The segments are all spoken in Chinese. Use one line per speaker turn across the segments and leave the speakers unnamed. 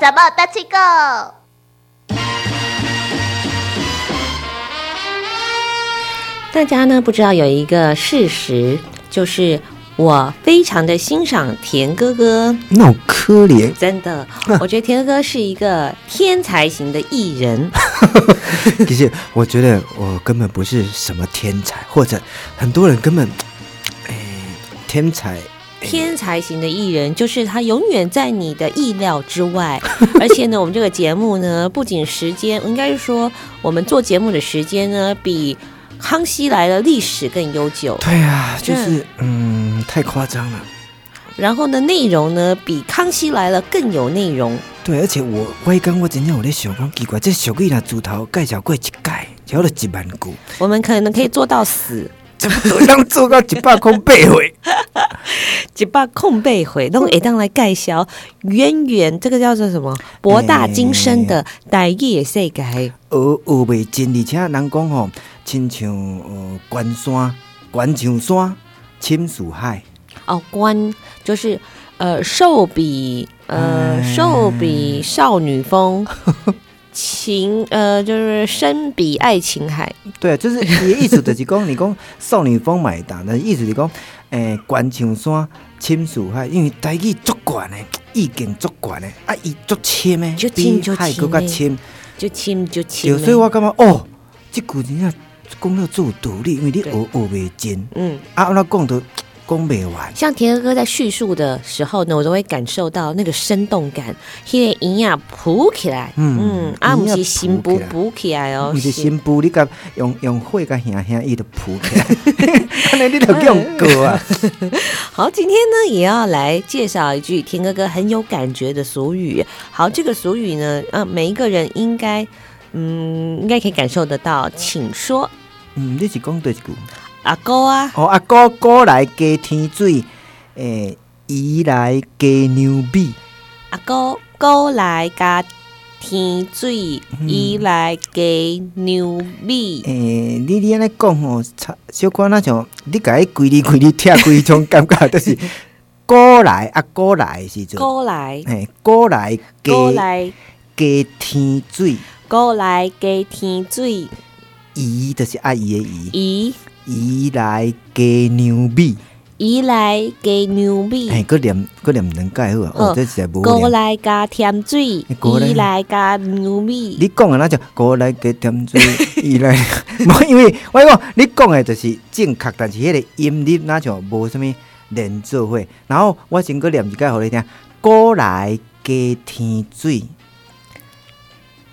怎么大七个？
大家呢不知道有一个事实，就是我非常的欣赏田哥哥，
那种可怜，
真的，我觉得田哥哥是一个天才型的艺人。
其实我觉得我根本不是什么天才，或者很多人根本，哎，天才
天才型的艺人，就是他永远在你的意料之外。而且呢，我们这个节目呢，不仅时间，应该是说我们做节目的时间呢，比《康熙来了》历史更悠久。
对啊，就是嗯，太夸张了。
然后呢，内容呢比《康熙来了》更有内容。
对，而且我我迄天我真正有咧想讲，奇怪，这俗语若自头介绍过一届，了了一万句，
我们可能可以做到死，
怎么都能做到一百空八 回？
一把空背回，弄一当来盖销远远这个叫做什么博大精深的傣语也世界。
学学袂尽，哦而且人讲吼，亲像呃，关山、关上山、深似海，
哦，关就是呃寿比呃
哎
寿比少女风， 情呃就是身比爱琴海。
对，啊就是伊的意思，就是讲你讲少女风买单，但是意思就是讲，诶、关上山、深似海，因为台语足悬的，意境足悬的，啊，伊足深的，
足深
比
足
海
深
更较
的
深。
就亲就亲
对，
了，
所以我感觉哦，即句真正讲到足有道理，因为你学
对
学袂尽，
嗯，
啊，安怎讲都讲袂完。
像田哥哥在叙述的时候呢，我都会感受到那个生动感，迄、个营养补起来，
嗯
嗯，啊，
营
不
养
是心补
浮起来
补起来哦，
毋是
是
新妇，你甲用用火甲掀掀，伊就扑起来， 安尼你就用 过啊。
好，今天呢也要来介绍一句田哥哥很有感觉的俗语。好，这个俗语呢，呃，每一个人应该，嗯，应该可以感受得到。请说
嗯，你是讲对一句。
阿哥啊，
哦，啊，哥哥来加天水，诶、伊来加牛米，
阿哥哥来加天水，伊来给牛米。
诶、你你安尼讲吼，差小可那像你甲伊规日规日拆规种感觉，就是哥来啊，哥来的时阵，
哥来，
诶，哥来加
哥来，
加天水，
哥来给天水，
伊就是爱伊的伊，
伊
伊来加牛米。
伊来给牛
哎，
米。
搁念搁念两届好啊！哦
哦，
这是无
哥
念。
来加天水，
哥来
伊来加牛米。
你讲的那就过来给点水，伊来，无因为我讲你讲的就是正确，但是迄个音你那就无什物连做伙。然后我先搁念一届互你听，过来给天水。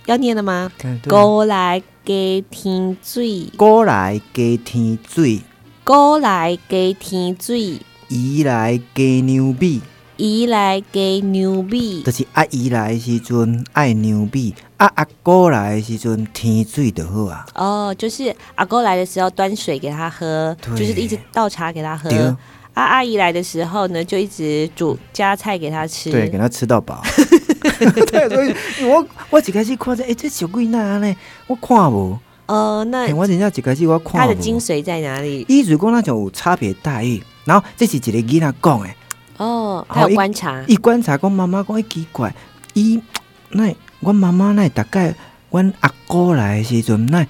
要念了吗？高来给天水，
过来给天水，
高来给天水，
伊来给牛米，
伊来给牛米
就，是啊，伊来的时阵爱牛米，啊啊过来的时阵天水就好啊。
哦，就是阿哥来的时候端水给他喝，
对
就是一直倒茶给他喝
对。
啊，阿姨来的时候呢，就一直煮加菜给他吃。
对，给他吃到饱。对，所以我我一开始看着，哎、这小鬼那安尼，我看无，
呃，那
哎、我真正一开始我看
他
无。
的精髓在哪里？
伊如果那种有差别待遇，然后这是一个囡仔讲的，
哦，
好
他有
一
观察。
伊观察讲妈妈讲，哎奇怪，伊那阮妈妈那大概阮阿姑来的时阵那。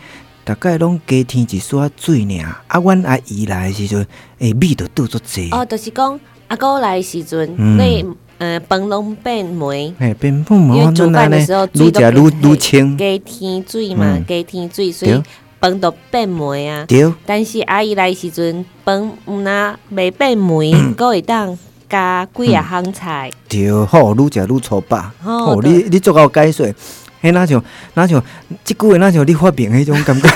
大概拢加添一撮水尔，啊，阮阿姨来的时阵，诶、米就倒足济，
哦，就是讲阿哥来的时阵，
嗯
那呃，崩龙变梅，
诶、变不
因
毛
为煮饭的时候
愈
水都
食
变
愈愈
黑
清，
加天水嘛
嗯，
加天水，所以
对
饭都变霉啊。
对。
但是阿姨来的时阵，饭毋那袂变霉，
嗯
搁会当加几啊项菜。
对，吼，愈食愈粗饱。
哦
吼，
对
你你足够解说，迄哪像哪像，即句话哪像你发明迄种感 觉。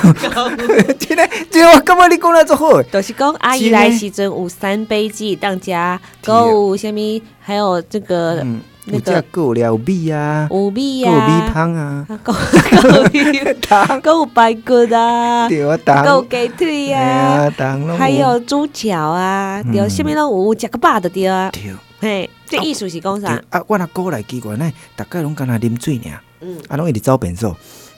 真诶，真的，我感觉你讲得足好的。
就是讲阿姨来的时阵有三杯鸡当加，
对啊
搁有啥物，还有这个
嗯，
呃那
有
个
只狗了米啊，
有米
有米
啊，
汤啊，
搁搁有搁有排骨啊，
对啊，
搁有
糖，
鸡腿
哎
啊，
呀，糖拢
还有猪脚啊，
嗯
对，啥物拢有，食个饱就对啊。
对
嘿，这意思是讲
哦对
啥？
啊，我阿哥来奇怪呢，大概拢干那啉水尔，
嗯，
啊，拢一直走便所，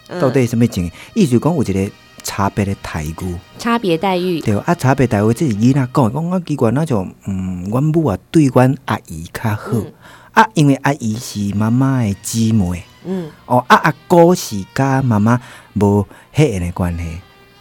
嗯
到底是什物情形？意思讲有一个差别的待遇。
差别待遇？
对啊，差别啊待遇，这是囡仔讲的，讲我奇怪，那就嗯，阮母啊对阮阿姨较好，
嗯
啊，因为阿姨是妈妈的姊妹，
嗯，
哦，啊阿姑是甲妈妈无血缘的关系，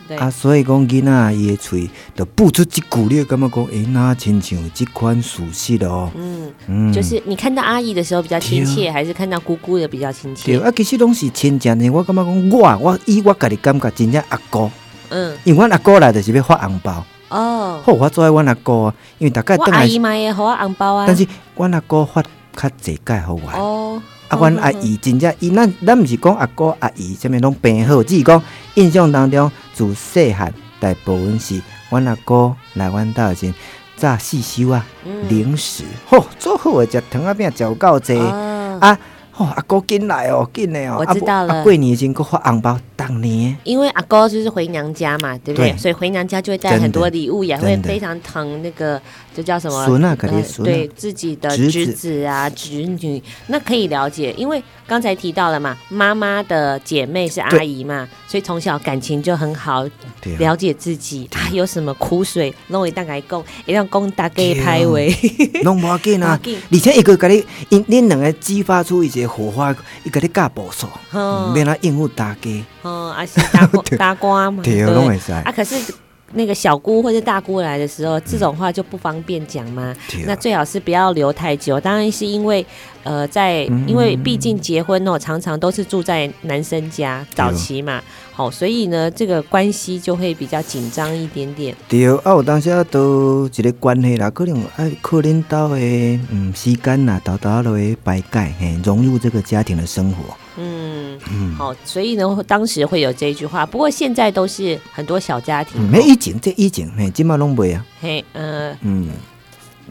对，
啊，所以讲囡仔伊的喙就不出一句，你就感觉讲，哎、那亲像即款事实哦，
嗯，
嗯，
就是你看到阿姨的时候比较亲
对啊
切，还是看到姑姑的比较亲
对
切？
啊，其实拢是亲情的，我感觉讲我我以我家己感觉真正阿姑，
嗯，
因为阮阿姑来就是要发红包，
哦，
好，我做爱阮阿姑啊，因为大概
我
等
阿
来，
姨嘛也给我红包啊，
但是阮阿姑发较济届互我。
哦，
啊，阮阿姨真正，伊咱咱毋是讲阿姑阿姨，啥物拢病好，只是讲印象当中自细汉大部分是阮阿姑来阮兜时炸四修啊、
嗯
零食，吼、做好诶，食糖仔饼食有够济
哦，
啊，吼、阿姑紧来哦，紧来哦，
我
啊
知
不
道了
啊，过年前佫发红包，当年
因为阿公就是回娘家嘛，对不对？
对
所以回娘家就会带很多礼物，也会
真的
非常疼那个，这叫什么？
孙啊，肯
呃
定孙
对
啊，
自己的
侄
侄
子
子啊、侄女，那可以了解，因为刚才提到了嘛，妈妈的姐妹是阿
对
姨嘛，所以从小感情就很好，
对啊，
了解自己啊，有什么苦水，拢会大概讲，会让公大概拍
啊
为。
拢无要紧啊
无要紧。
而且伊个甲你，因恁两个激发出一个火花，伊甲你教步数，
哦
免、嗯、啊应付大家，
哦，啊是 搭瓜
对
搭瓜嘛，
对
不
啊，拢会使。
啊，可是那个小姑或者大姑来的时候，这种话就不方便讲嘛。
对啊
那最好是不要留太久，当然是因为，呃，在
嗯
因为毕竟结婚哦，常常都是住在男生家，早期嘛，好、所以呢，这个关系就会比较紧张一点点。
对，啊，有当时啊，都一个关系啦，可能爱靠恁兜的嗯时间啦，豆豆落去排解，嘿，融入这个家庭的生活。
嗯，
嗯，
好、所以呢，当时会有这一句话，不过现在都是很多小家庭，
嗯没以前，这以前，嘿，即马拢袂啊，
嘿，呃，
嗯，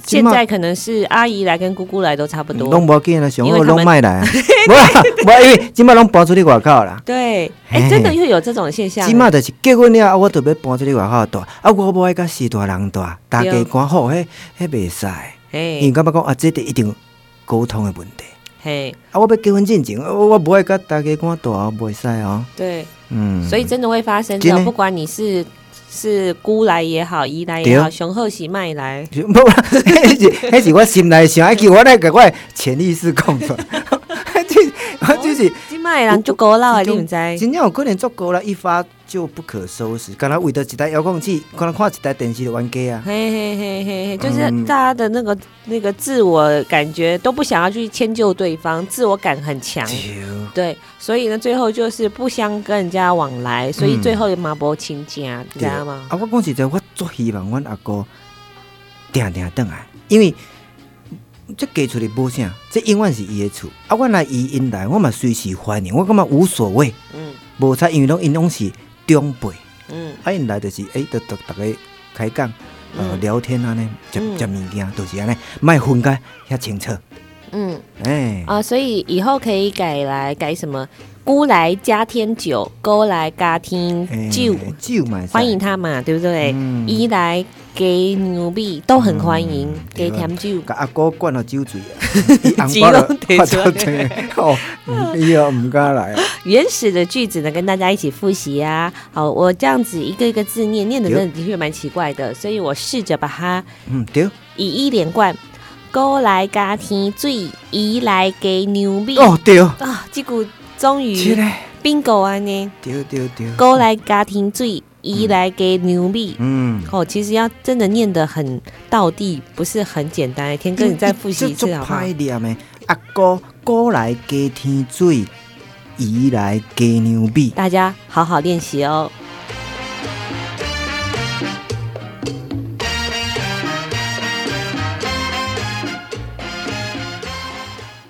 现
现在
在可能是阿姨来跟姑姑来都差不多。
拢无要紧啦，上
因
好
为他们
拢莫 来啊，无啦，无因为即马拢搬出去外口啦。
对，哎、
嘿
真的又有这种现象。
即马就是结婚了，啊，我特别搬出去外口住，啊，我无爱甲四大人住，大家
对
讲好，迄迄袂使，
哎
因为感觉讲啊，这得一定有沟通的问题。
嘿，
啊，我要结婚进前，啊我我无爱甲大家讲大哦，袂使哦。
对，
嗯，
所以真的会发生
真
的，
的
不管你是是姑来也好，姨来
对
也好，
啊
雄厚喜麦来，
就无啦，迄是迄是我心内想，迄是我来甲我的潜意识讲出来， 这我就是
喜麦人就够老啊，你唔知？
真正有可能足够了，一发就不可收拾。敢若为着一台遥控器，可能看一台电视就冤 家啊。
嘿嘿嘿嘿嘿，就是
嗯
大家的那个那个自我感觉都不想要去迁就对方，自我感很强。
对
对，所以呢，最后就是不相跟人家往来，所以
嗯
最后马博亲家，你知道吗？
啊，我讲实在，我足希望阮阿哥定定倒来，因为这嫁出去无啥，这永远是伊的厝。啊，我若伊因来，我嘛随时欢迎，我感觉无所谓，
嗯
无差，因为拢因拢是长辈。
嗯
啊，因来就是诶，都逐逐个开讲，呃，
嗯
聊天安尼，食
嗯
食物件，就是安尼，莫分开遐清楚，哎
嗯
诶、
啊，所以以后可以改来改什么？姑来加添酒，勾来加添
诶
酒。
哎酒嘛，
欢迎。他嘛，对不对？
嗯
一来给牛逼都很欢迎，
嗯
给
对
甜酒。
甲阿哥灌了 酒醉，伊红包
拢
了
摕，出来
发出来哦， 嗯伊哦毋敢来啊，
原始的句子呢，跟大家一起复习啊。好，我这样子一个一个字念，念的真的的确蛮奇怪的，所以我试着把它
嗯对，
以一连贯。勾来加天水，移来给牛逼。
哦对，
啊，这句终
是
于
嘞，
bingo 啊呢。
对对对，
勾来加天水，移来给牛逼。
嗯，
哦，其实要真的念得很到地，不是很简单。天哥，你再复习一
这
次
足
好不好？
歹念的，阿哥哥来加天水，伊来加牛米。
大家好好练习哦。